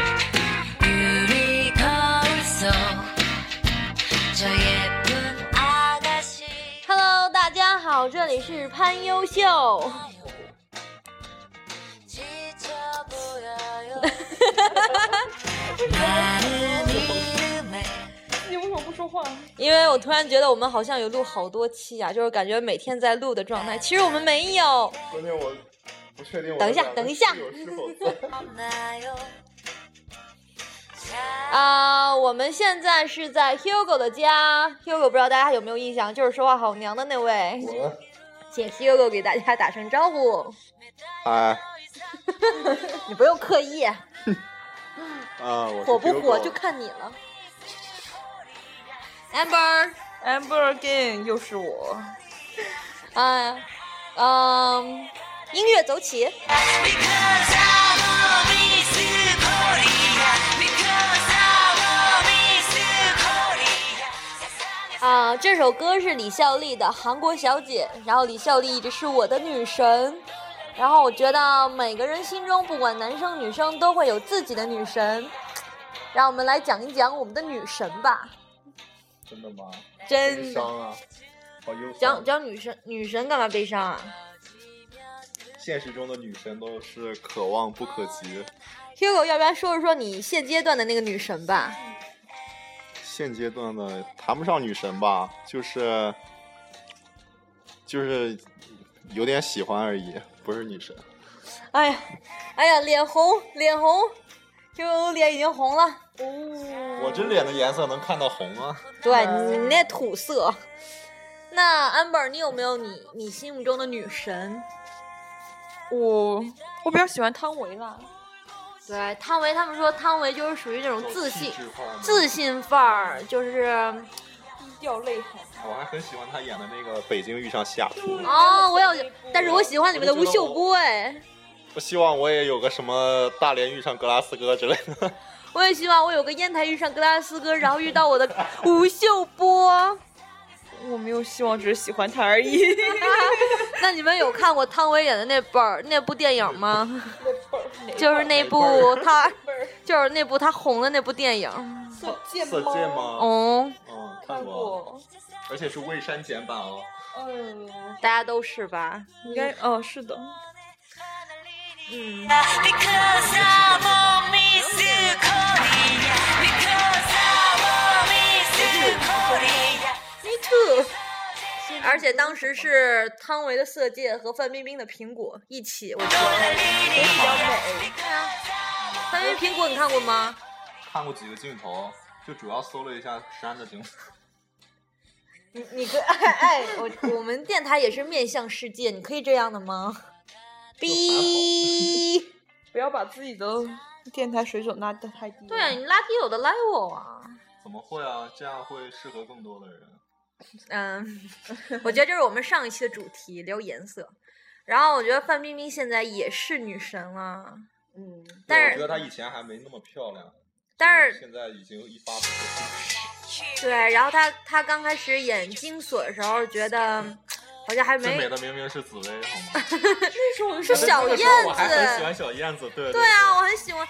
유리 거울 속저 예쁜 아가씨 Hello，大家好，这里是潘优秀。 지쳐 보여요 나는 이름에 你为什么不说话？因为我突然觉得我们好像有录好多期啊，就是感觉每天在录的状 态。其实我们没有。关键我不确定我等一下们等一下室友是否 在 없나요 자,啊、我们现在是在 Hugo 的家。Hugo 不知道大家有没有印象，就是说话好娘的那位，我们请 Hugo 给大家打声招呼。嗨你不用刻意，啊，我是火不 Hugo 火就看你了。Amber， Amber again，又是我。啊、嗯，音乐走起。 because I will miss Korea because I will miss Korea 啊，这首歌是李孝利的《韩国小姐》，然后李孝利一直是我的女神。然后我觉得每个人心中，不管男生女生，都会有自己的女神。让我们来讲一讲我们的女神吧，真的吗？真的。伤啊，好忧讲伤。啊讲女神，女神干嘛悲伤啊现实中的女神都是可望不可及， ？Hugo，要不然说一说你现阶段的那个女神吧？现阶段的谈不上女神吧，就是就是有点喜欢而已，不是女神。哎呀，哎呀，脸红，脸红，Hugo 脸已经红了。哦嗯我这脸的颜色能看到红啊吗？对你你那土色。 那 Amber，你有没有你你心目中的女神？我我比较喜欢汤唯啦。对，汤唯他们说汤唯就是属于那种自信气、质派吗自信范儿，就是掉泪痕。我还很喜欢她演的那个《北京遇上西雅图》。哦，我有，但是我喜欢里面的我吴就觉得秀波哎，我希望我也有个什么大连遇上格拉斯哥之类的。我也希望我有个烟台遇上格拉斯哥，然后遇到我的 吴秀波。我没有希望，只是喜欢他而已。 那你们有看过汤唯演的那本儿那部电影吗？就是那部哪她，就是那部她红的那部电影。色戒色戒？吗？哦，嗯，看看过，过。而且是未删减版哦。嗯，大家都是吧？应该哦，是的。嗯。 Because I will miss Korea because I will miss Korea Me too。而 且当时是汤唯的《色戒》和范冰冰的《苹果》一起，我觉得。啊范冰冰《苹果》你看过吗？看过几个镜头，就主要搜了一下山的镜头。 你你可以哎哎，我我们电台也是面向世界，你可以这样的吗？逼！不要把自己的电台水准拉得太低。对啊，你拉低我的 level 啊。怎么会啊？这样会适合更多的人。嗯， 我觉得这是我们上一期的主题，聊颜色。然后我觉得范冰冰现在也是女神了，嗯，但我觉得是她以前还没那么漂亮，但是现在已经一发不可收拾。对，然后她她刚开始演金锁的时候，觉得好像还最美没的明明是紫薇，好吗？那时候我是小那燕个时候我还很喜子。欢小燕子，对对对啊，我很喜欢，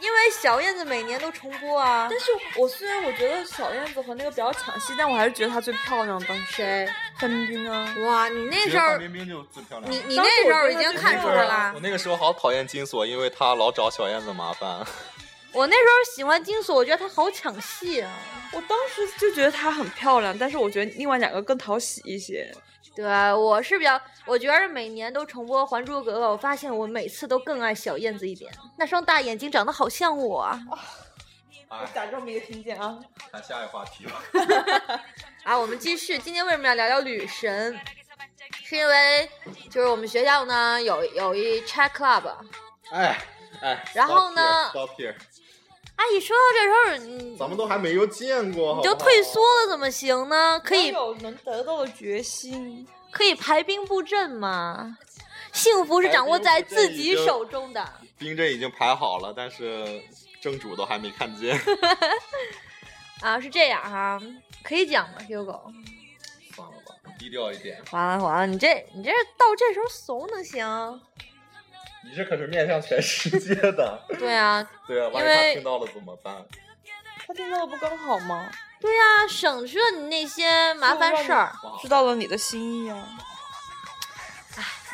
因为小燕子每年都重播啊。但是我虽然我觉得小燕子和那个比较抢戏，但我还是觉得她最漂亮。当时谁？范冰冰啊，哇，你那其实时候范，冰冰就最漂亮。你你当时那时我候已真的经觉看得出来我了。那个时候好讨厌金锁，因为她老找小燕子麻烦。 我那时候喜欢金锁，我觉得她好抢戏啊。我当时就觉得她很漂亮，但是我觉得另外两个更讨喜一些。对，我是比较，我觉得每年都重播《还珠格格》，我发现我每次都更爱小燕子一点，那双大眼睛长得好像我啊。哎，假装没有听见啊！看下一话 题吧。啊，我们继续，今天为什么要聊聊女神？是因为就是我们学校呢有有一 chat club，哎哎，然后呢 stop here,？Stop here，阿姨哎说到这时候，你咱们都还没有见过，你好就不好退缩。了怎么行呢？可以有能得到的决心，可以排兵布阵嘛？幸福是掌握在哎这这自已己经手中的。冰镇已经排好了，但是正主都还没看 见。啊，是这样哈、可以讲吗，Hugo？算了吧，低调一点。完了完了，你这你这到这时候怂能行？你这可是面向全世界 的，对啊，对啊，万一因他为听到了怎么办？他听到了不刚好吗？对啊，省去了你那些麻烦事儿。知道了你的心意啊。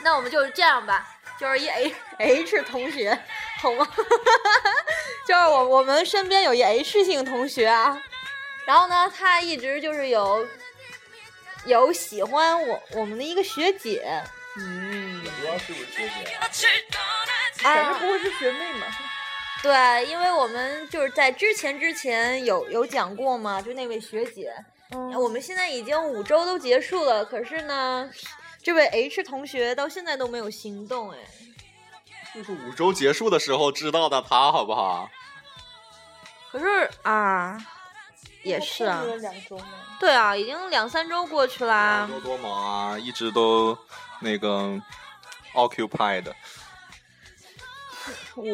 那我们就是这样吧，就是一 H H 同学，好吗？ 就是我我们身边有一 H 姓同学啊，然后呢，他一直就是有有喜欢我我们的一个学姐，嗯，不知道是不是学姐，反啊正不会是学妹嘛。对，因为我们就是在之前之前有有讲过嘛，就那位学姐，嗯，我们现在已经五周都结束了，可是呢，这位 H 同学到现在都没有行动哎。就是五周结束的时候知道的他，好不好？可是啊，也是啊他，控制了两周吗？对啊，已经两三周过去啦两。周多忙啊，一直都那个 occupied。我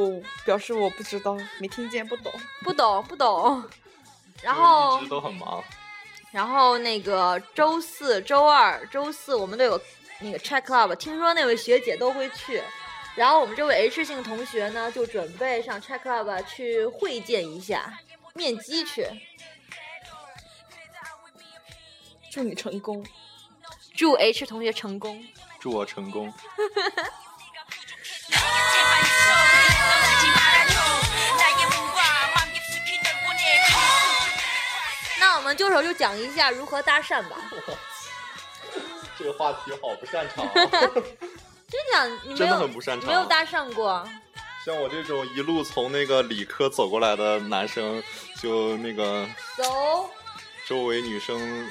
表示我不知道，没听见，不懂。不懂不懂。然就是后一直，都很忙。然后那个周四周二、周四我们都有那个 check club，听说那位学姐都会去。然后我们这位 H 姓同学呢，就准备上 check club 去会见一下，面基去。祝你成功。祝 H 同学成功。祝我成功。 제발 있어 떠나지 말아줘 나의 몸과 맘 깊숙이 내보내고 那我们就手就讲一下如何搭讪吧。这个话题好不擅长、 啊，真讲，你没真有的很不擅长没有搭讪过，像我这种一路从那个理科走过来的男生，就那个走。周围女生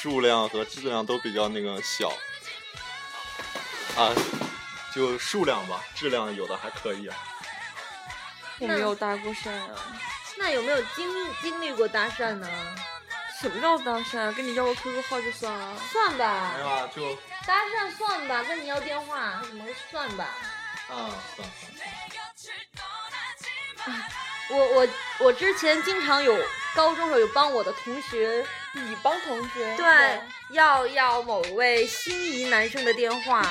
数量和质量都比较那个小啊，就数量吧，质量有的还可以啊。我没有搭过讪啊。那有没有经经历过搭讪呢？什么叫搭讪啊？跟你要个 QQ 号就算了。算哎吧，呀，就搭讪算吧，跟你要电话什么算吧。啊，算算算，我我我之前经常有高中时候有帮我的同学你帮同学对，要要某位心仪男生的电话，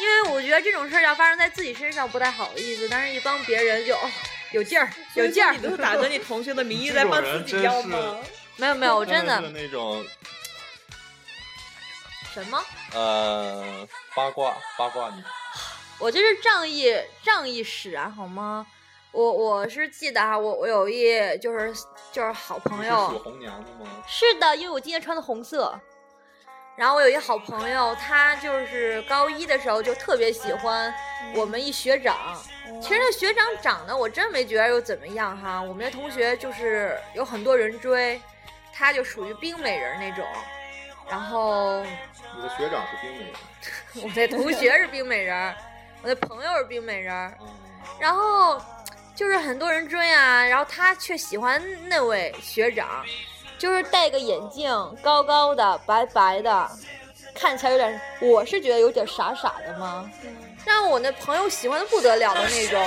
因为我觉得这种事儿要发生在自己身上不太好意思，但是一帮别人就、哦、有劲儿，有劲儿你。都是打着你同学的名义在帮自己要吗？没有没有，我哦真是的那种什么？呃八卦八卦女，我这是仗义仗义使然好吗？我我是记得啊，我我有一就是就是好朋友，你是属红娘的吗？是的，因为我今天穿的红色。然后我有一好朋友，他就是高一的时候就特别喜欢我们一学长。其实那学长长得我真没觉得又怎么样哈，我们那同学就是有很多人追，他就属于冰美人那种。然后你的学长是冰美人。 我那同学是冰美人，我那朋友是冰美人，嗯然后就是很多人追啊，然后他却喜欢那位学长，就是戴个眼镜，高高的，白白的，看起来有点，我是觉得有点傻傻的嘛，让我那朋友喜欢的不得了的那种。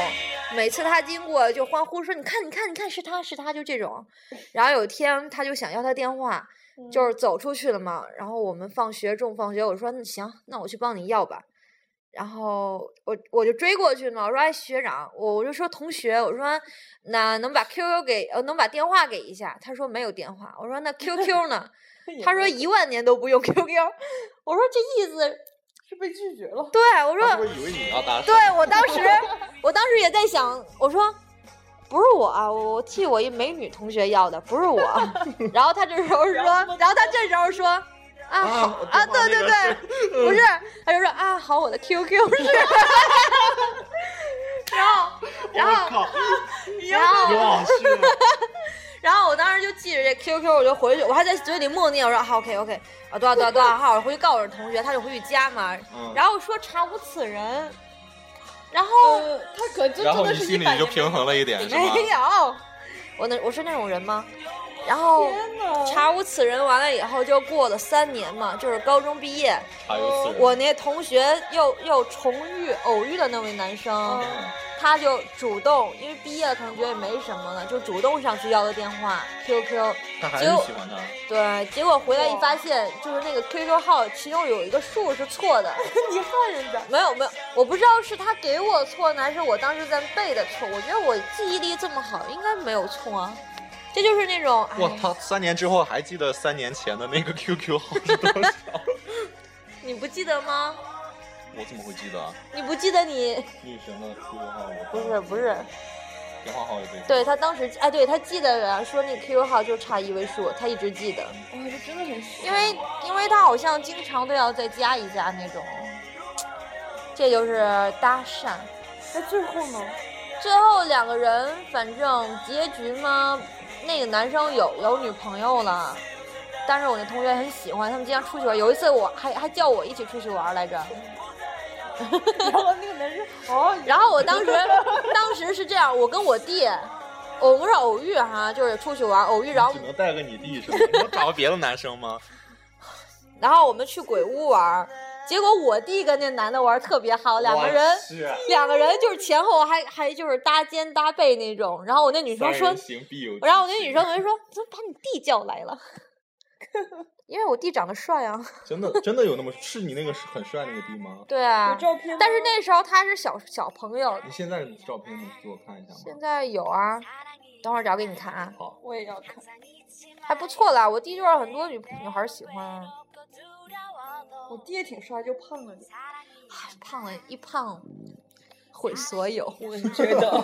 每次他经过就欢呼说：“你看，你看，你看，是他是他！”就这种。然后有一天他就想要他电话，就是走出去了嘛。然后我们放学中午放学，我说：“那行，那我去帮你要吧。”然后我我就追过去嘛，我说哎学长，我我就说同学，我说那能把 QQ 给呃能把电话给一下，他说没有电话，我说那 QQ 呢？他说一万年都不用 QQ，我 说这意思，是被拒绝了。对我他说会以为你要搭讪。对啊我当 时我当时也在想，我说不是我啊，我我替我一美女同学要的，不是 我。然后他这时候说，然后他这时候说啊好我啊知道对那对个对是。嗯不是，他就说啊，好，我的 QQ 是，然后，然我后，靠，然后，哇，是啊然后我当时就记着这 QQ，我就回去，我还在嘴里默念，我说好 OK OK 啊，多少多少多少号，我回去告诉我同学，他就回去加嘛，嗯然后说查无此人，然后呃，他可真然真后的你是心一里百就年 平衡了一点，是没吧？有，我那我是那种人吗？然后天哪查无此人完了以后，就过了三年嘛，就是高中毕业，查有此人。我那同学又又重遇偶遇的那位男生，哦他就主动，因为毕业了可能觉得也没什么了，就主动上去要的电话 QQ，他还是结果喜欢他，对，结果回来一发现，就是那个 QQ 号其中有一个数是错 的，你害人家。没有没有，我不知道是他给我错呢，还是我当时在背的错。我觉得我记忆力这么好，应该没有错啊。这就是那种，哎哇，他三年之后还记得三年前的那个 QQ 号是多少？你不记得吗？ 我怎么会记得啊？你不记得你女神的 QQ 号我不是不是，电话号也背。对他当时哎，对他记得了，说那 QQ 号就差一位数，他一直记得，哇，这哎真的很因为因为他好像经常都要再加一加那种，这就是搭讪。那哎最后呢？最后两个人，反正结局嘛，那个男生有有女朋友了，但是我那同学很喜欢，他们经常出去玩。有一次我还还叫我一起出去玩来着， 然后那个男生哦，然后我当时当时是这样，我跟我弟，我们是偶遇哈，就是出去玩偶遇，然后只能带个你弟是吗？你能找个别的男生吗？然后我们去鬼屋玩，结果我弟跟那男的玩特别好， 两个人。是两个人就是前后还还就是搭肩搭背那种，然后我那女生三说人行必有。然后我那女生同学说：“ 怎么把你弟叫来了？” 因为我弟长得帅啊。真的真的有那么是你那个很帅那个弟吗？对有啊，照片吗，但是那时候他是小小朋友，你现在的照片能给我看一下现吗？在有啊，等会儿找给你看啊，好，我也要看。还不错啦。我弟就是很多女女孩喜欢啊，我弟也挺帅，就胖了点。胖了一胖毁所有。 我觉得，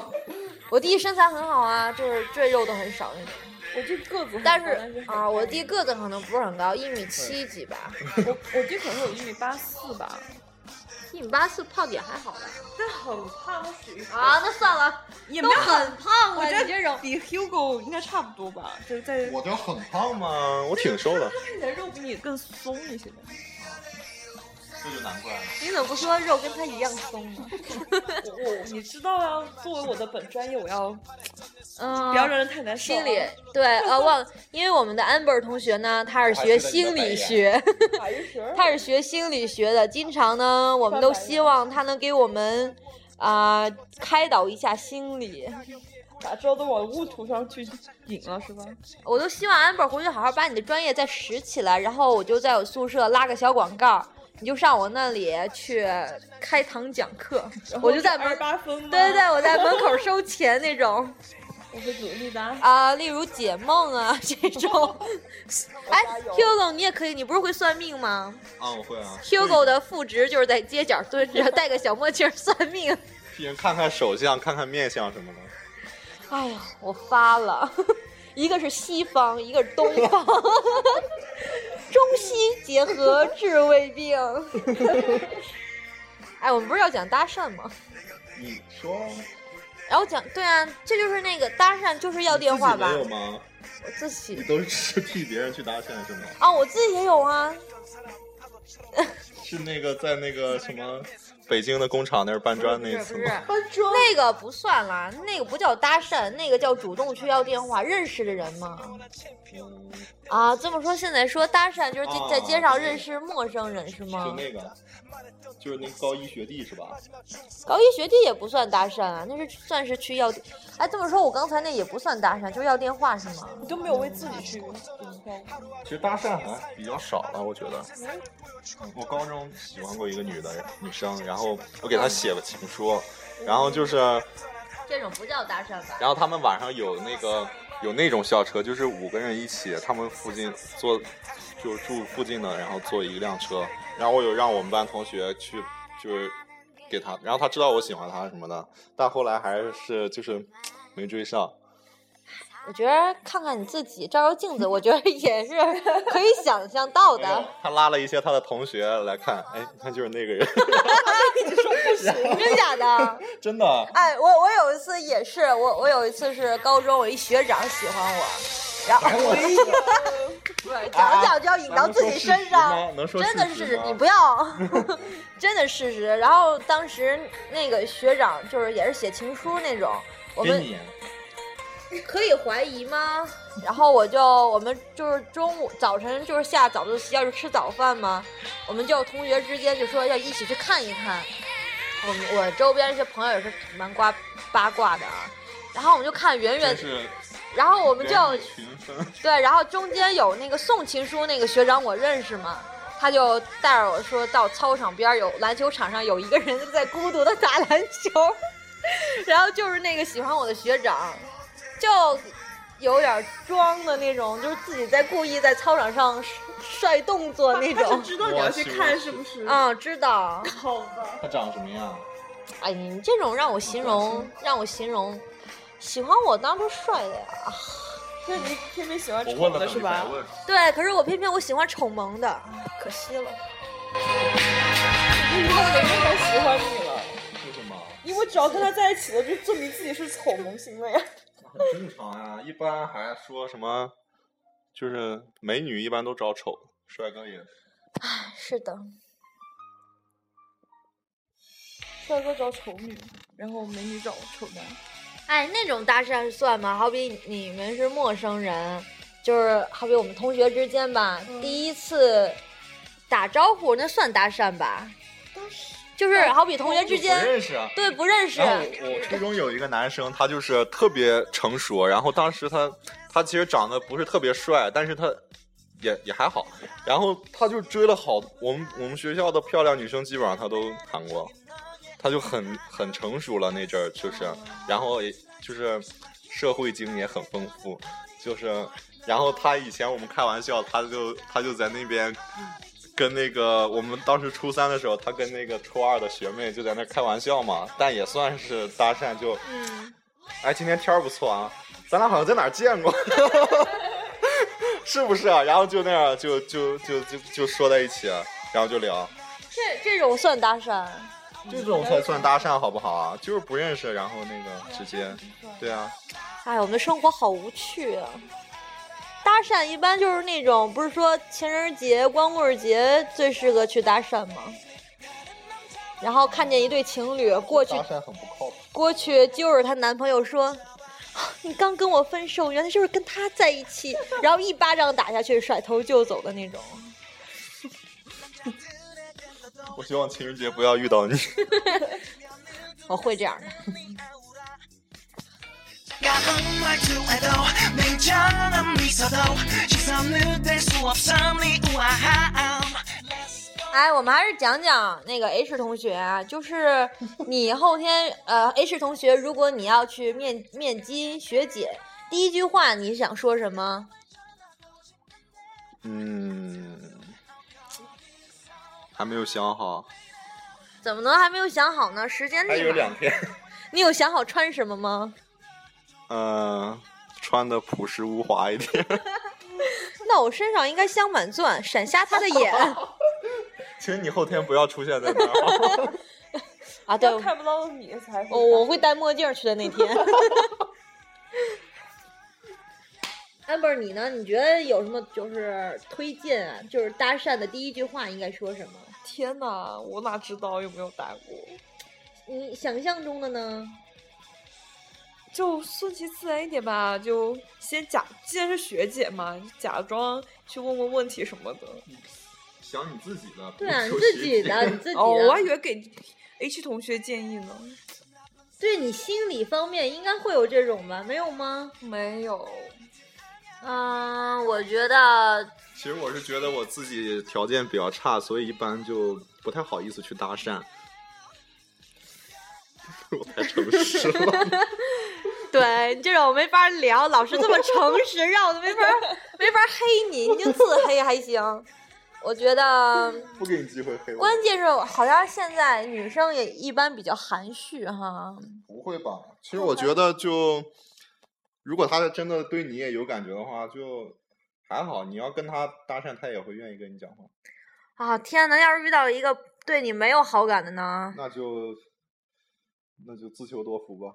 我弟身材很好啊，就是赘肉都很少 那种。我弟个子很高，但是是嗯很啊，我胖弟个子可能不是很高，一米七几吧，我我弟可能有一米八四吧，一米八四胖点还好吧。但很胖，那属于啊，那算了，也都很胖了，我觉你得这种。比 Hugo 应该差不多吧，就是在我这很胖吗？我挺瘦的，看起来肉比你更松一些吧。这就难怪了。你怎么不说肉跟他一样松呢？我我你知道呀、作为我的本专业，我要嗯不要让人太难受啊。心理对呃忘，因为我们的 Amber 同学呢，他是学心理学，打一瓶儿，他是学心理学的，经常呢，我们都希望他能给我们啊、开导一下心理。把招都往误途上去引了，是吧？我都希望 Amber 回去好好把你的专业再拾起来，然后我就在我宿舍拉个小广告，你就上我那里去开堂讲课，我就在二十门。八分吗，对对对，我在门口收钱那种。我会努力的啊。啊、例如解梦啊这种。 哎加油，Hugo，你也可以，你不是会算命吗啊，我会啊。 ？Hugo 的副职就是在街角蹲着，戴个小墨镜儿算命。替人看看手相，看看面相什么的。哎呀， 我发了， 一个是西方，一个是东方， 中西结合治胃病。 哎，我们不是要讲搭讪吗？你说然后讲，对啊，这就是那个搭讪，就是要电话吧你自己？没有吗？我自己你都是替别人去搭讪是吗？啊、我自己也有啊。是那个在那个什么北京的工厂那儿搬砖不那是次不是 吗？那个不算啦，那个不叫搭讪，那个叫主动去要电话，认识的人嘛。嗯啊，这么说现在说搭讪就是啊在在街上认识陌生人是就吗？那个，就是那高一学弟是吧？高一学弟也不算搭讪啊，那是算是去要。哎，这么说我刚才那也不算搭讪，就是要电话是吗？你都没有为自己去营造。其实搭讪还比较少了，我觉得。我高中喜欢过一个女的女生，然后我给她写了情书，然后就是，这种不叫搭讪吧？然后他们晚上有那个有那种校车，就是五个人一起，他们附近坐，就是住附近的，然后坐一辆车，然后我有让我们班同学去，就是给她，然后她知道我喜欢她什么的，但后来还是就是没追上。我觉得看看你自己照照镜子，我觉得也是可以想象到没有的。他拉了一些他的同学来看，哎，你看就是那个人， 真假的？真的。哎，我我有一次也是，我我有一次是高中，我一学长喜欢我，然后对，讲讲就要引哎到自己身上，能哎说真的是事实你不要要， 真的事实。然后当时那个学长就是也是写情书那种，我们你可以怀疑吗？然后我就我们就是中午早晨就是下早自习要是吃早饭嘛，我们就同学之间就说要一起去看一看。我们我周边一些朋友也是蛮瓜八卦的啊，然后我们就看圆圆真，是然后我们就人以群分。对，然后中间有那个送情书那个学长我认识嘛，他就带着我说到操场边儿有篮球场上有一个人在孤独的打篮球， 然后就是那个喜欢我的学长，就有点装的那种，就是自己在故意在操场上帅动作那他 种是。知道你要去看是不是？，嗯，知道。好吧。他长什么样？哎，你这种让我形容，让我形容，喜欢我当初帅的呀。啊那你偏偏喜欢我丑问了的是吧？问。对，可是我偏偏我喜欢丑萌的，可惜了。以后没人敢喜欢你了，为什么？因为只要跟他在一起了，就证明自己是丑萌型了呀。很正常呀、一般还说什么，就是美女一般都找丑，帅哥也是的。 帅哥找丑女，然后美女找丑男。哎，那种搭讪算吗？好比你们是陌生人，就是好比我们同学之间吧，第一次打招呼，那算搭讪吧？就是好比同学之不间，认识啊。对不认识，然后我我初中有一个男生，他就是特别成熟，然后当时他他其实长得不是特别帅，但是他也也还好，然后他就追了好我们我们学校的漂亮女生，基本上他都谈过，他就很很成熟了那阵儿就是，然后也就是社会经也很丰富，就是然后他以前我们开玩笑，他就他就在那边。跟那个我们当时初三的时候，他跟那个初二的学妹就在那儿开玩笑嘛，但也算是搭讪就，哎，今天天儿不错啊，咱俩好像在哪儿见过， 是不是啊？然后就那样就就就就就说在一起，啊然后就聊，这这种算搭讪。这种才算搭讪好不好啊？就是不认识，然后那个直接，对啊，哎，我们的生活好无趣啊！搭讪一般就是那种，不是说情人节、光棍节最适合去搭讪吗？然后看见一对情侣过去搭讪很不靠谱。过去揪着她男朋友说：“ 啊你刚跟我分手，原来就是跟他在一起。” 然后一巴掌打下去，甩头就走的那种。我希望情人节不要遇到你。我会这样的。 가벼운 말투에도 냉정한 미소도 시선 늦을 수 없어 네 우아함 哎，我们还是讲讲那个 H 同学啊，就是你后天呃 H 同学，如果你要去面面基学姐，第一句话你想说什么？嗯，还没有想好，怎么能还没有想好呢？时间还立有马两，天。你有想好穿什么吗？嗯，穿的朴实无华一点， 那我身上应该镶满钻，闪瞎他的 眼请你后天不要出现在那儿。 啊！对，要看不到你才哦会。我我会戴墨镜去的那天。amber，你呢？你觉得有什么就是推荐啊？就是搭讪的第一句话应该说什么？天哪，我哪知道有没有打过？你想象中的呢？就顺其自然一点吧，就先假，既然是学姐嘛，就假装去问问问题什么的。想你自己的，对啊，你自己的，你自己的，哦，我还以为给 H 同学建议呢，对你心理方面应该会有这种吧？没有吗？没有。嗯，我觉得 其实我是觉得我自己条件比较差，所以一般就不太好意思去搭讪。 我太诚实了，对这种没法聊，老师这么诚实，让我都没法 没法黑你，你就自黑还行。我觉 得 不给你机会黑我关。键是，好像现在女生也一般比较含蓄哈。不会吧？其实我觉得就，如果他真的对你也有感觉的话，就还好。你要跟他搭讪，他也会愿意跟你讲话。啊天哪！要是遇到一个对你没有好感的呢？那就那就自求多福吧。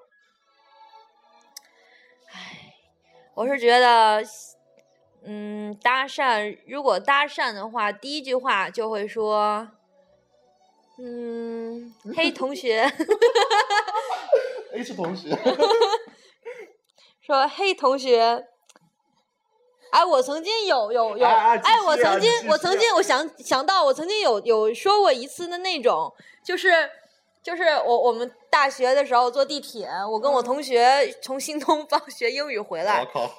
我是觉得，嗯，搭讪如果搭讪的话，第一句话就会说， 嗯，嘿，同学， H 同学，说嘿，同学，哎，我曾经有有有，哎哎继续啊我你曾经继续啊我曾经我想想到，我曾经有有说过一次的那种，就是就是我我们大学的时候坐地铁，我嗯跟我同学从新东方学英语回 哦来我，靠，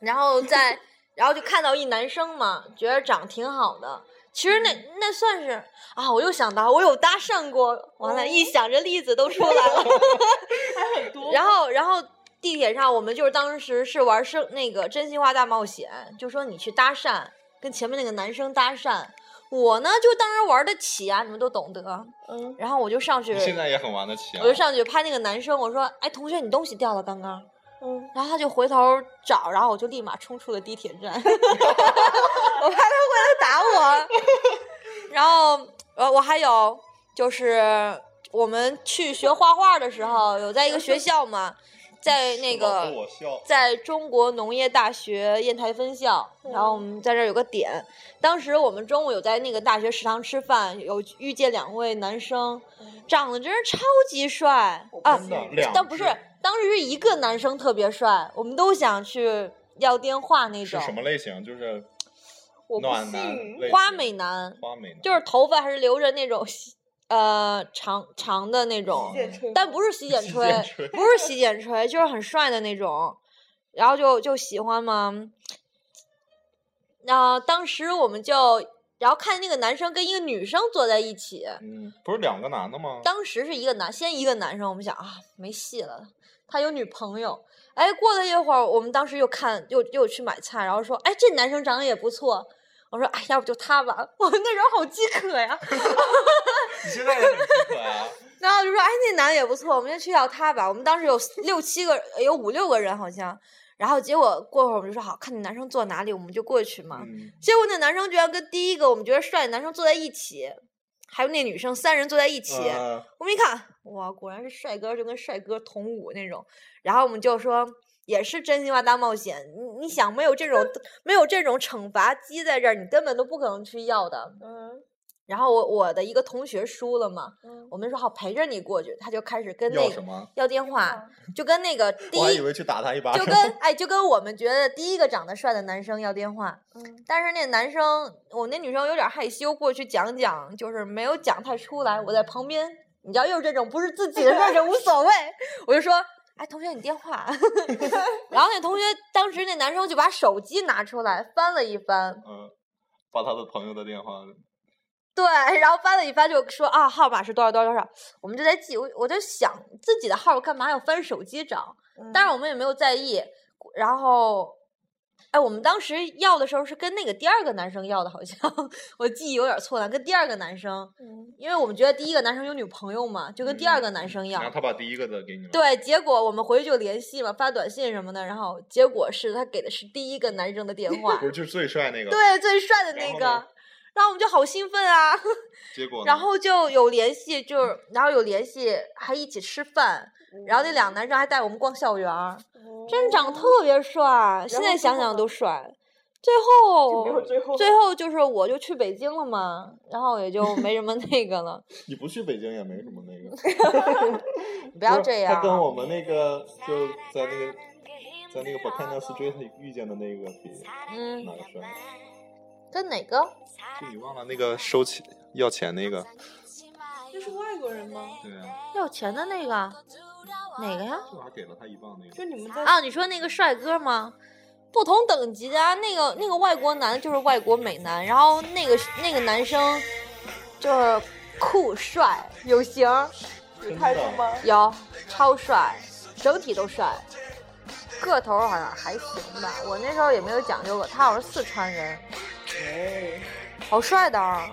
然后在然后就看到一男生嘛，觉得长挺好的。其实那嗯那算是啊，我又想到我有搭讪过，完了，一想这例子都出来了。哦 还很多。然后，然后地铁上我们就是当时是玩生那个真心话大冒险，就说你去搭讪，跟前面那个男生搭讪。我呢就当然玩得起啊，你们都懂得。 嗯，然后我就上去你，现在也很玩得起啊我。就上去拍那个男生，我说：“哎，同学，你东西掉了刚刚。”嗯，然后他就回头找，然后我就立马冲出了地铁站， 我怕他回来打我。然后，呃，我还有就是我们去学画画的时候，有在一个学校嘛，在那老个逗我笑，在中国农业大学烟台分校，然后我们在这儿有个点，当时我们中午有在那个大学食堂吃饭，有遇见两位男生，长得真是超级帅啊真！的两只，但不是，当时是一个男生特别帅，我们都想去要电话那是种什么类型？就是我不暖男信。类花型美男，花美男，就是头发还是留着那种呃长长的那种，见吹但不是洗剪洗吹剪吹，不是洗剪吹，就是很帅的那种，然后就就喜欢嘛。然后当时我们就，然后看那个男生跟一个女生坐在一起，嗯，不是两个男的吗？当时是一个男，先一个男生，我们想啊，没戏了，他有女朋友。哎，过了一会儿，我们当时又看又又去买菜，然后说，哎，这男生长得也不错。我说，哎，要不就他吧。 我们那时候好饥渴呀。你现在也很奇怪 啊。然后就说，哎，那男的也不错，我们就去要他吧。我们当时有四六七个，有五六个人好像。然后结果过会儿我们就说好看那男生坐哪里，我们就过去嘛。嗯，结果那男生居然跟第一个我们觉得帅的男生坐在一起，还有那女生三人坐在一起。啊呃我们一看，哇，果然是帅哥，就跟帅哥同舞那种。然后我们就说，也是真心话大冒险。你你想，没 有这种没有这种惩罚机在这儿，你根本都不可能去要的。嗯然后我我的一个同学输了嘛，嗯，我们说好陪着你过去，他就开始跟那要个什么？啊要电话，就跟那个第我还一以为去打他一巴就掌。跟哎，就跟我们觉得第一个长得帅的男生要电话，嗯但是那男生，我那女生有点害羞，过去讲讲，就是没有讲太出来。我在旁边，你知道，又是这种不是自己的事儿就无所谓，我就说，哎，同学，你电话。 然后那同学当时那男生就把手机拿出来翻了一翻，嗯，把他的朋友的电话，对，然后翻了一翻就说啊，号码是多少多少多少，我们就在记，我我就想自己的号干嘛要翻手机找，嗯但是我们也没有在意。然后，哎，我们当时要的时候是跟那个第二个男生要的，好像我记忆有点错乱，跟第二个男生，嗯因为我们觉得第一个男生有女朋友嘛，就跟第二个男生要。嗯然后他把第一个的给你了。 对，结果我们回去就联系嘛，发短信什么的，然后结果是他给的是第一个男生的电话不，是 就是最帅那个。。对，最帅的然那后个呢，然后我们就好兴奋 啊。结果呢然后就有联系，就是然后有联系，还一起吃饭。然后那两个男生还带我们逛校园儿，嗯真长得特别帅，现后在最想后想呢都帅。最就后没有最后最后就是我就去北京了嘛，然后也就没什 么那个了。你不去北京也没什么那个。你 不要是这样他，跟我们那个就在那个在那个 Botana Street 遇见的那个比嗯哪，个帅？跟哪个？그 就你忘了那个收钱要钱那个，那是外国人吗？ 네.对啊，要钱的那个？哪个呀？就还给了他一磅那个。就你们在啊，你说那个帅哥吗？不同等级的啊，那个那个外国男就是外国美男，然后那个那个男生就是酷帅有型儿，有态度啊吗？有超帅，整体都帅，个头好像还行吧。我那时候也没有讲究过，他好像是四川人，好帅的啊！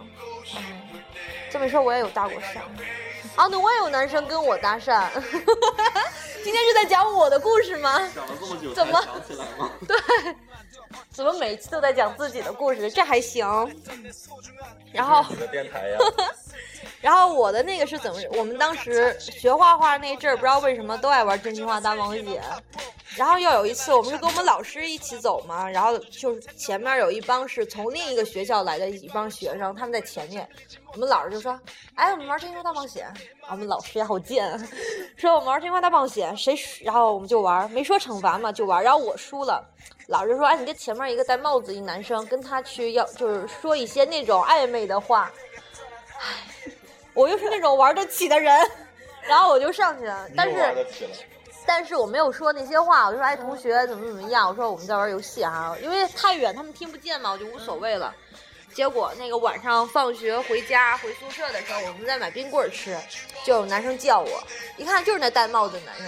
嗯，这么一说我也有搭过讪。啊，那我也有男生跟我搭讪。 今天是在讲我的故事吗？讲了这么久怎么想起来 吗？怎么每一次都在讲自己的故事？这还行。然后，你的电台 呀，然后我的那个是怎么？我们当时学画画那阵儿，不知道为什么都爱玩真心话大冒险。然后又有一次，我们是跟我们老师一起走嘛，然后就是前面有一帮是从另一个学校来的一帮学生，他们在前面，我们老师就说：“哎，我们玩《天空大冒险》啊。”我们老师也好贱啊， 说我们玩《天空大冒险》，谁输然后我们就玩，没说惩罚嘛，就玩。然后我输了，老师就说：“哎，你跟前面一个戴帽子一男生，跟他去要就是说一些那种暧昧的话。”唉，我又是那种玩得起的人， 然后我就上去了，但你是又玩得起了，但是我没有说那些话，我就说哎，同学怎么怎么样？我说我们在玩游戏啊，因为太远他们听不见嘛，我就无所谓了。结果那个晚上放学回家回宿舍的时候，我们在买冰棍儿吃，就有男生叫我，一看就是那戴帽子的男生。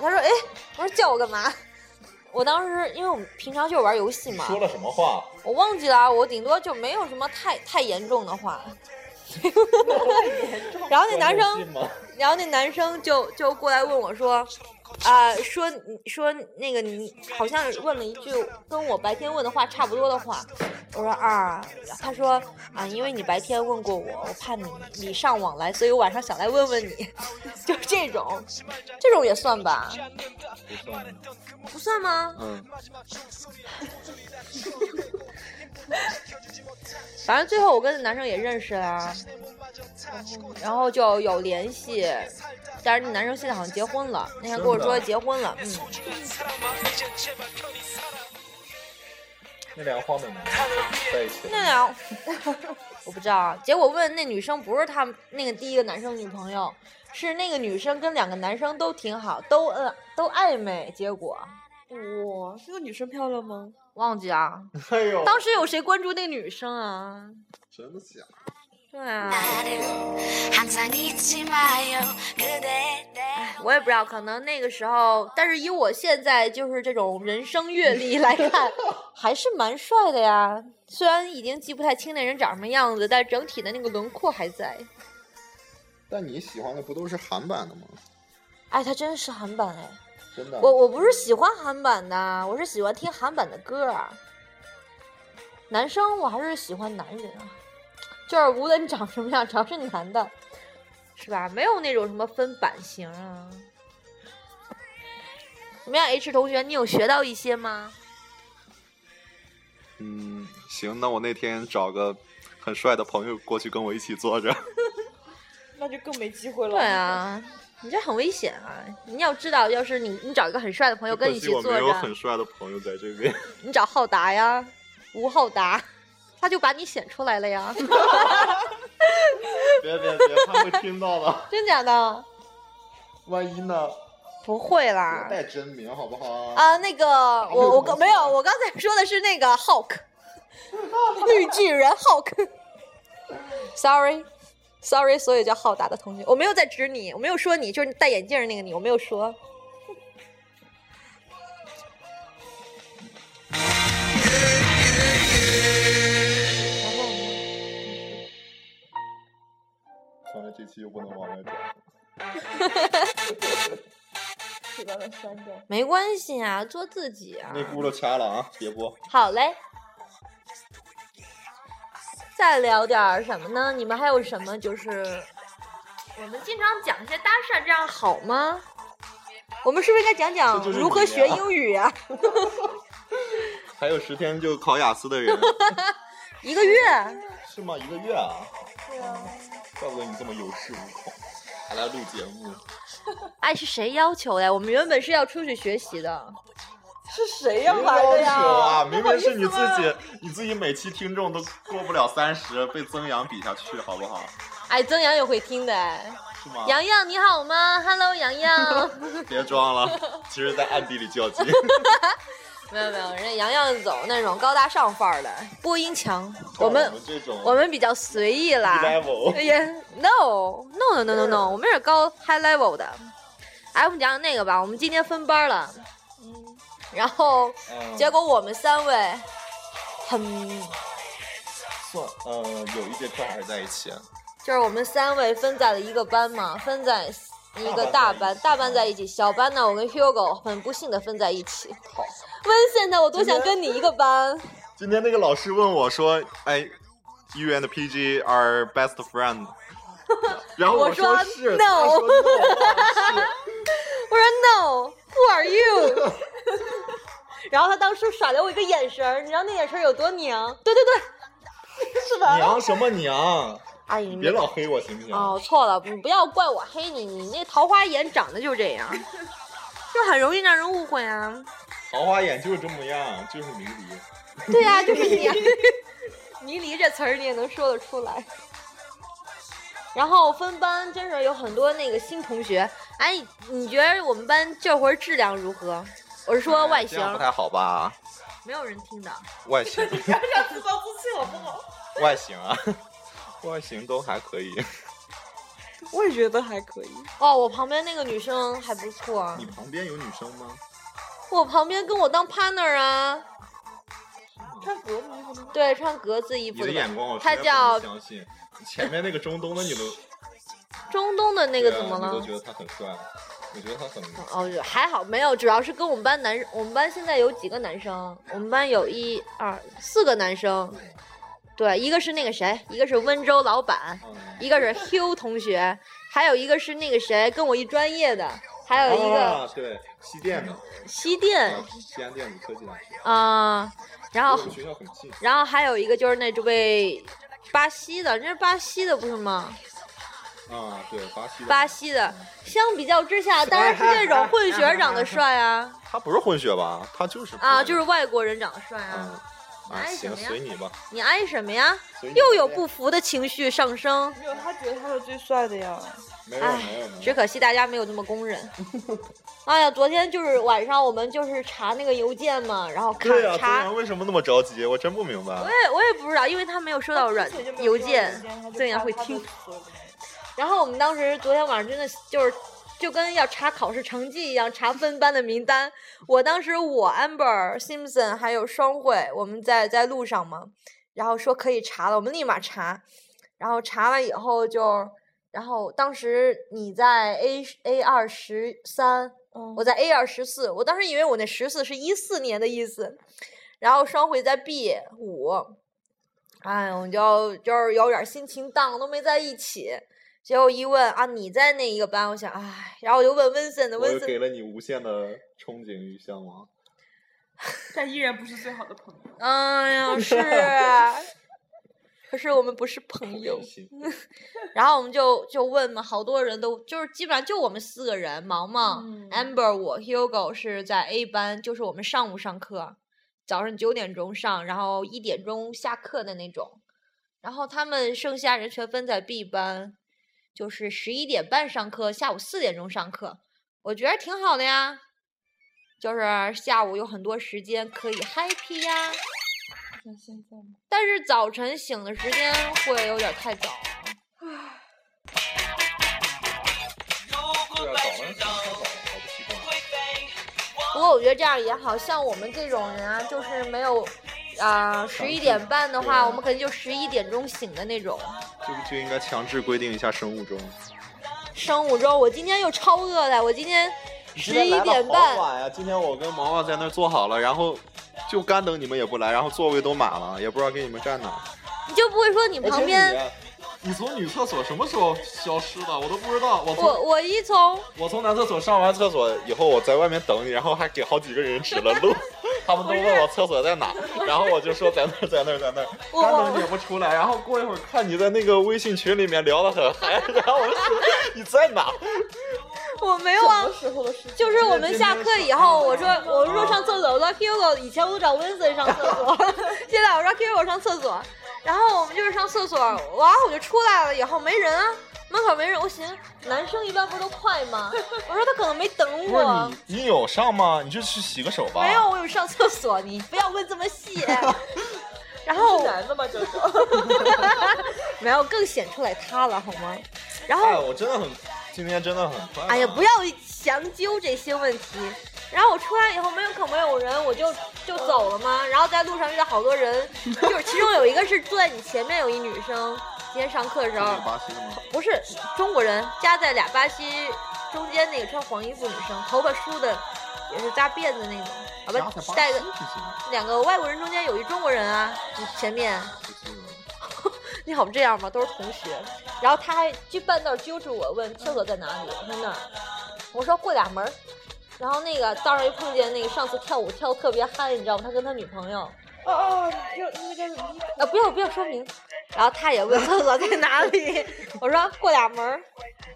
他说哎，我说叫我干嘛？ 我当时因为我们平常就是玩游戏嘛，说了什么话？我忘记了啊，我顶多就没有什么太太严重的话。 然后那玩男游生戏吗？然后那男生就就过来问我说，啊、说你说那个你好像问了一句跟我白天问的话差不多的话，我说啊，他说啊，因为你白天问过我，我怕你礼尚往来，所以我晚上想来问问你， 就这种，这种也算吧？不算不算吗？嗯，反正最后我跟那男生也认识啦，然后就有联系，但是那男生现在好像结婚了，那天跟我说真的结婚了，嗯。那两个花美男在一起了，那俩 我不知道啊。结果问那女生不是他那个第一个男生女朋友，是那个女生跟两个男生都挺好，都嗯、都暧昧。结果哇，这个女生漂亮吗？忘记啊，嗯哎呦，当时有谁关注那个女生啊？真的假的？对啊， 나를 항상 잊지 마요 그대 내 我也不知道，可能那个时候，但是以我现在就是这种人生阅历来看，还是蛮帅的呀。虽然已经记不太清那人长什么样子，但整体的那个轮廓还在。但你喜欢的不都是韩版的吗？哎，他真是韩版哎。真的，我我不是喜欢韩版的，我是喜欢听韩版的歌儿。男生我还是喜欢男人啊，就是无论长什么样，只要是男的，是吧？没有那种什么分版型啊。怎么样，H 同学，你有学到一些吗？嗯，行，那我那天找个很帅的朋友过去跟我一起坐着。那就更没机会了。对，啊，你这很危险啊！你要知道，要是你你找一个很帅的朋友 跟你一起可坐惜我没有很着，帅的朋友在这边。你找浩达呀，吴浩达，他就把你显出来了 呀，别别别，他会听到的，真假的？万一呢？不会啦别，带真名好不好？啊，那个我我刚没没有有，我刚才说的是那个 Hulk，绿巨人 Hulk。Sorry，Sorry，所有叫浩达的同学，我没有在指你，我没有说你，就是戴眼镜儿那个你，我没有说。看来这期又不能往外转了。给把它删掉。没关系啊，做自己啊。那轱辘掐了啊，别播。好嘞。再聊点儿什么呢？你们还有什么就是我们经常讲一些搭讪，这样好吗？我们是不是应该讲讲这就是如何你学啊英语啊？还有十天就考雅思的人，一个月，是吗？一个月啊？嗯怪不得你这么有恃无恐，还来录节目。哎，是谁要求的呀？我们原本是要出去学习的。是谁要来要的求呀？啊！明不好明意是你思自吗。己，你自己每期听众都过不了三十，被曾阳比下去，好不好？哎，曾阳也会听的哎。是吗？洋洋你好吗？Hello，洋洋。 别装了，其实在暗地里较劲。没有没有，人家洋洋走那种高大上范儿的，播音强。我们像这种我们比较随意啦。 level 也 no no no no no no，我们也是高 high level 的。哎，我们讲讲那个吧，我们今天分班了，嗯，然后嗯 结果我们三位很，算呃有一节课还是在一起，啊就是我们三位分在了一个班嘛，分在一个大班，大班在一起，小班呢，我跟 Hugo 很不幸的分在一起。好，Vincent，我多想跟你一个班。今天那个老师问我说：“哎，You and PG are best friend。”然后我说说是， no 他说 no，是我说 No，Who are you？然后他当时甩了我一个眼神儿，你知道那眼神儿有多娘？对对对，娘什么娘？阿姨，别老黑我行不行？哎哦，错了，你不要怪我黑你，你那桃花眼长得就这样， 就很容易让人误会啊。桃花眼就是这么样，就是迷离。对呀、 就是你、啊，迷离这词儿你也能说得出来。然后分班真是有很多那个新同学，哎，你觉得我们班这会儿质量如何？我是说外形哎这，样不太好吧？没有人听的。外形， 让自暴自弃好不好？外形啊，外形都还可以。 我也觉得还可以。哦，我旁边那个女生还不错啊你，旁边有女生吗？我旁边跟我当 partner 啊，看国民服对，穿格子衣你服的眼的，光我实她在不叫能相信。前面那个中东的你都中东的那个对啊怎么你了都？觉得他很帅，我觉得他很哦，还好没有，主要是跟我们班男，我们班现在有几个男生？我们班有一二四个男生，对，一个是那个谁，一个是温州老板，嗯。一个是 Hugh 同学，还有一个是那个谁，跟我一专业的，还有一个啊，对，西电的，西电啊西安电子科技大学，啊、然我后们学校很近。然后还有一个就是那这位巴西的，这是巴西的不是吗？啊，对，巴西的。巴，西的，相比较之下，当然是这种混血儿长得帅啊，他不是混血吧？他就是啊，就是外国人长得帅啊。嗯啊，哎行，怎么样随你吧。你挨什么呀随？你又有不服的情绪上升。没有，他觉得他是最帅的呀。没有没唉有，没哎只有，可惜大家没有这么公认。哎呀，昨天就是晚上，我们就是查那个邮件嘛，然后看对啊呀，对查呀，，为什么那么着急？我真不明白我。也我也不知道，因为他没有收到啊软邮件，这样会听。然后我们当时昨天晚上真的就是就跟要查考试成绩一样，查分班的名单。我当时我 Amber Simpson 还有双汇，我们在在路上嘛，然后说可以查了，我们立马查。然后查完以后就，然后当时你在 A A 二十三，嗯我在 A 二十四，我当时以为我那十四是一四年的意思，然后双汇在 B 五，哎，我就就是有点儿心情荡，都没在一起。结果一问啊，你在那一个班？我想，哎，然后我就问温森的，我温又森给了你无限的憧憬与向往。但依然不是最好的朋友。哎呀，是，啊可是我们不是朋友同。情心然后我们就就问嘛，好多人都就是基本上就我们四个人，毛毛、嗯 Amber 我 Hugo 是在 A 班，就是我们上午上课，早上九点钟上，然后一点钟下课的那种。然后他们剩下人全分在 B 班，就是十一点半上课，下午四点钟上课，我觉得挺好的呀。就是下午有很多时间可以 happy 呀，像现在吗？但是早晨醒的时间会有点太早了。对啊，早上起来太早了，搞不习惯。不过我觉得这样也好像我们这种人啊，就是没有，啊十一点半的话，对我们肯定就十一点钟醒的那种。就就应该强制规定一下生物钟。生物钟，我今天又超饿了，我今天十一点半，晚呀！啊今天我跟毛毛在那儿坐好了，然后就干等你们也不来，然后座位都满了，也不知道给你们站哪儿。你就不会哎说你而且旁你边，啊，你从女厕所什么时候消失的？我都不知道。我从我我一从我从男厕所上完厕所以后，我在外面等你，然后还给好几个人指了 路，他们都问我厕所在哪，然后我就说在那儿，在那儿，在那儿，我干等你也不出来。然后过一会儿看你在那个微信群里面聊得很嗨，然后我就说你在哪？我没有啊什么。时候的事情？就是我们下课以后，我说啊我说上厕所，我说 Hugo 以前我都找 Vincent 上厕 所，现在我说 Hugo 上厕所，然后我们就是上厕所，哇，我就出来了，以后没人啊，门口没人，我寻思男生一般不是都快吗？我说他可能没等不是我，你，你有上吗？你就去洗个手吧。没有，我有上厕所，你不要问这么 细。然是后男的吗？就是没有更显出来他了好吗？然后哎，我真的很，今天真的很快乐。啊哎呀，不要详究这些问题。然后我出来以后没有可没有人，我就就走了嘛。然后在路上遇到好多人，就是其中有一个是坐在你前面有一女生，今天上课的时候是巴西的吗？不是中国人，夹在俩巴西中间那个穿黄衣服女生，头发梳的也是扎辫子那种，好吧夹在巴西，带个不行两个外国人中间有一中国人啊，你前面不行你好这样吗？都是同学。然后他还去半道揪住我问厕所在哪里，我说那儿，我说过俩门儿。然后那个道上又碰见那个上次跳舞跳得特别嗨，你知道吗？他跟他女朋友， 哦哦，要那个叫什么？啊，不要不要说明。然后他也问厕所在哪里，我说过俩门儿，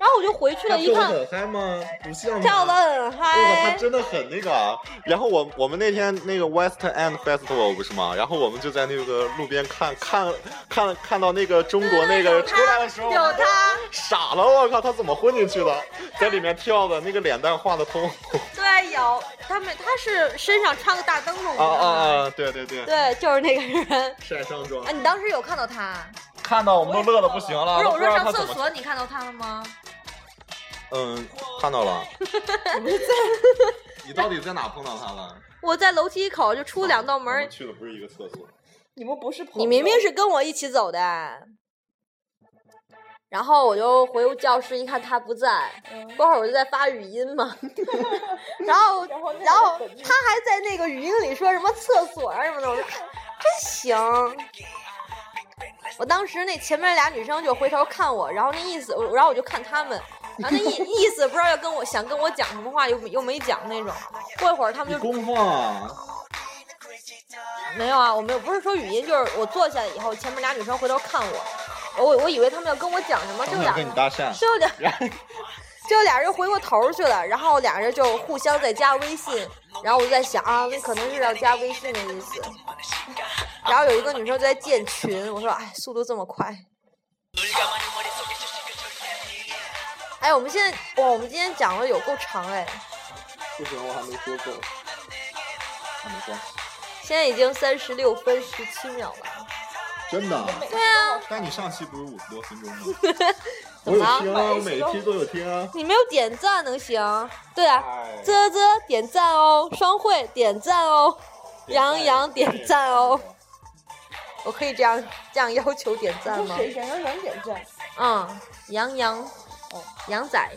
然后我就回去了，一跳看得很嗨吗？不像跳得吧。很哇，他嗨，真的很那个啊。然后我我们那天那个 West End Festival 不是吗？然后我们就在那个路边看看看看到那个中国那个出来的时候，有嗯他，傻了，我靠，他怎么混进去的？在里面跳的那个脸蛋画的通红。对，有他们，他是身上穿个大灯笼，啊哦啊啊！对对对，对，就是那个人。晒伤妆啊，，你当时有看到他？看到我们都乐的不行了，不是，我都啊不说知道上他怎厕么。所你看到他了吗？嗯，看 到了。你到底在哪碰到他了？我在楼梯口就出两道门我们啊儿，去的不是一个厕所。你们不是朋友？你明明是跟我一起走的。然后我就回教室一看他不在，过会儿我就在发语音嘛， 然后然后那个然后人本地他还在那个语音里说什么厕所啊什么的，我说真行。我当时那前面俩女生就回头看我，然后那意思，我然后我就看他们，然后那意意思不知道要跟我想跟我讲什么话，又又没讲那种。过一会儿他们你就公放啊？没有啊，我没有，不是说语音，就是我坐下以后，前面俩女生回头看我，我我以为他们要跟我讲什么，就想俩跟你搭讪。就俩就俩人回过头去了，然后俩人就互相在加微信，然后我就在想啊，那可能是要加微信的意思。然后有一个女生就在建群，我说哎，速度这么快。哎，我们现在哇，我们今天讲的有够长哎，不行，我还没说够。没关系，现在已经三十六分十七秒了。真的？对啊，但你上期不是五十多分钟吗？我有怎听么啊，我了每一期都有听啊。你没有点赞能行？对啊，哎啧啧点赞哦，双汇点赞哦，杨洋点赞哦。我可以这样这样要求点赞说吗？谁？杨洋杨点赞，嗯，杨洋，哦，杨仔，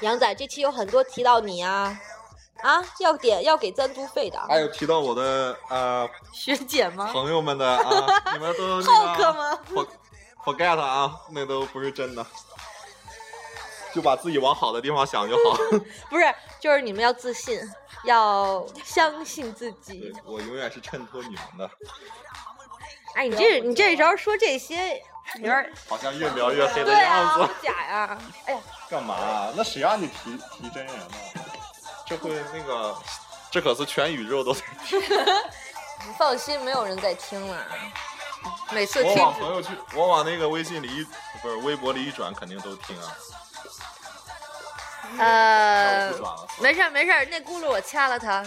杨仔，这期有很多提到你啊，啊，要点要给赞助费的啊，哎还有提到我的呃学姐吗？朋友们 的啊，你们都浩那哥个吗？ for- forget 啊，那都不是真的，就把自己往好的地方想就 好。不是，就是你们要自信，要相信自己对。我永远是衬托你们的，哎，你这你这时候说这些，有点儿好像越描越黑的对啊，样好子。假呀！哎呀，干嘛啊？那谁让你提提真人呢？这会那个， 这可是全宇宙都在。你放心，没有人在听了。啊每次我听往朋友圈，我往那个微信里一，不是微博里一转，肯定都听啊。那呃我不，转了。没事儿没事儿，那轱辘我掐了它。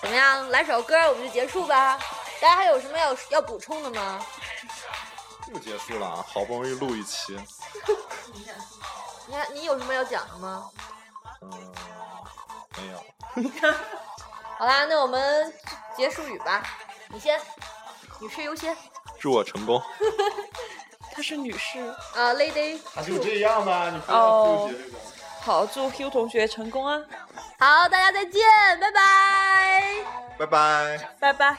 怎么样？来首歌我们就结束吧。大家还有什么要要补充的吗？又结束了啊！好不容易录一期，你看你有什么要讲的吗？嗯，没有。好啦，那我们结束语吧。你先，女士优先。祝我成功。她是女士。啊、l a d y 他就这样吧，你不要纠结这个。好，祝 Q 同学成功啊！好，大家再见，拜拜。拜拜。拜拜。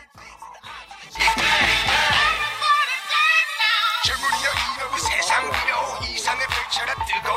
괴물이여 이놈의 세상 두려워 이상의 불처럼 뜨거워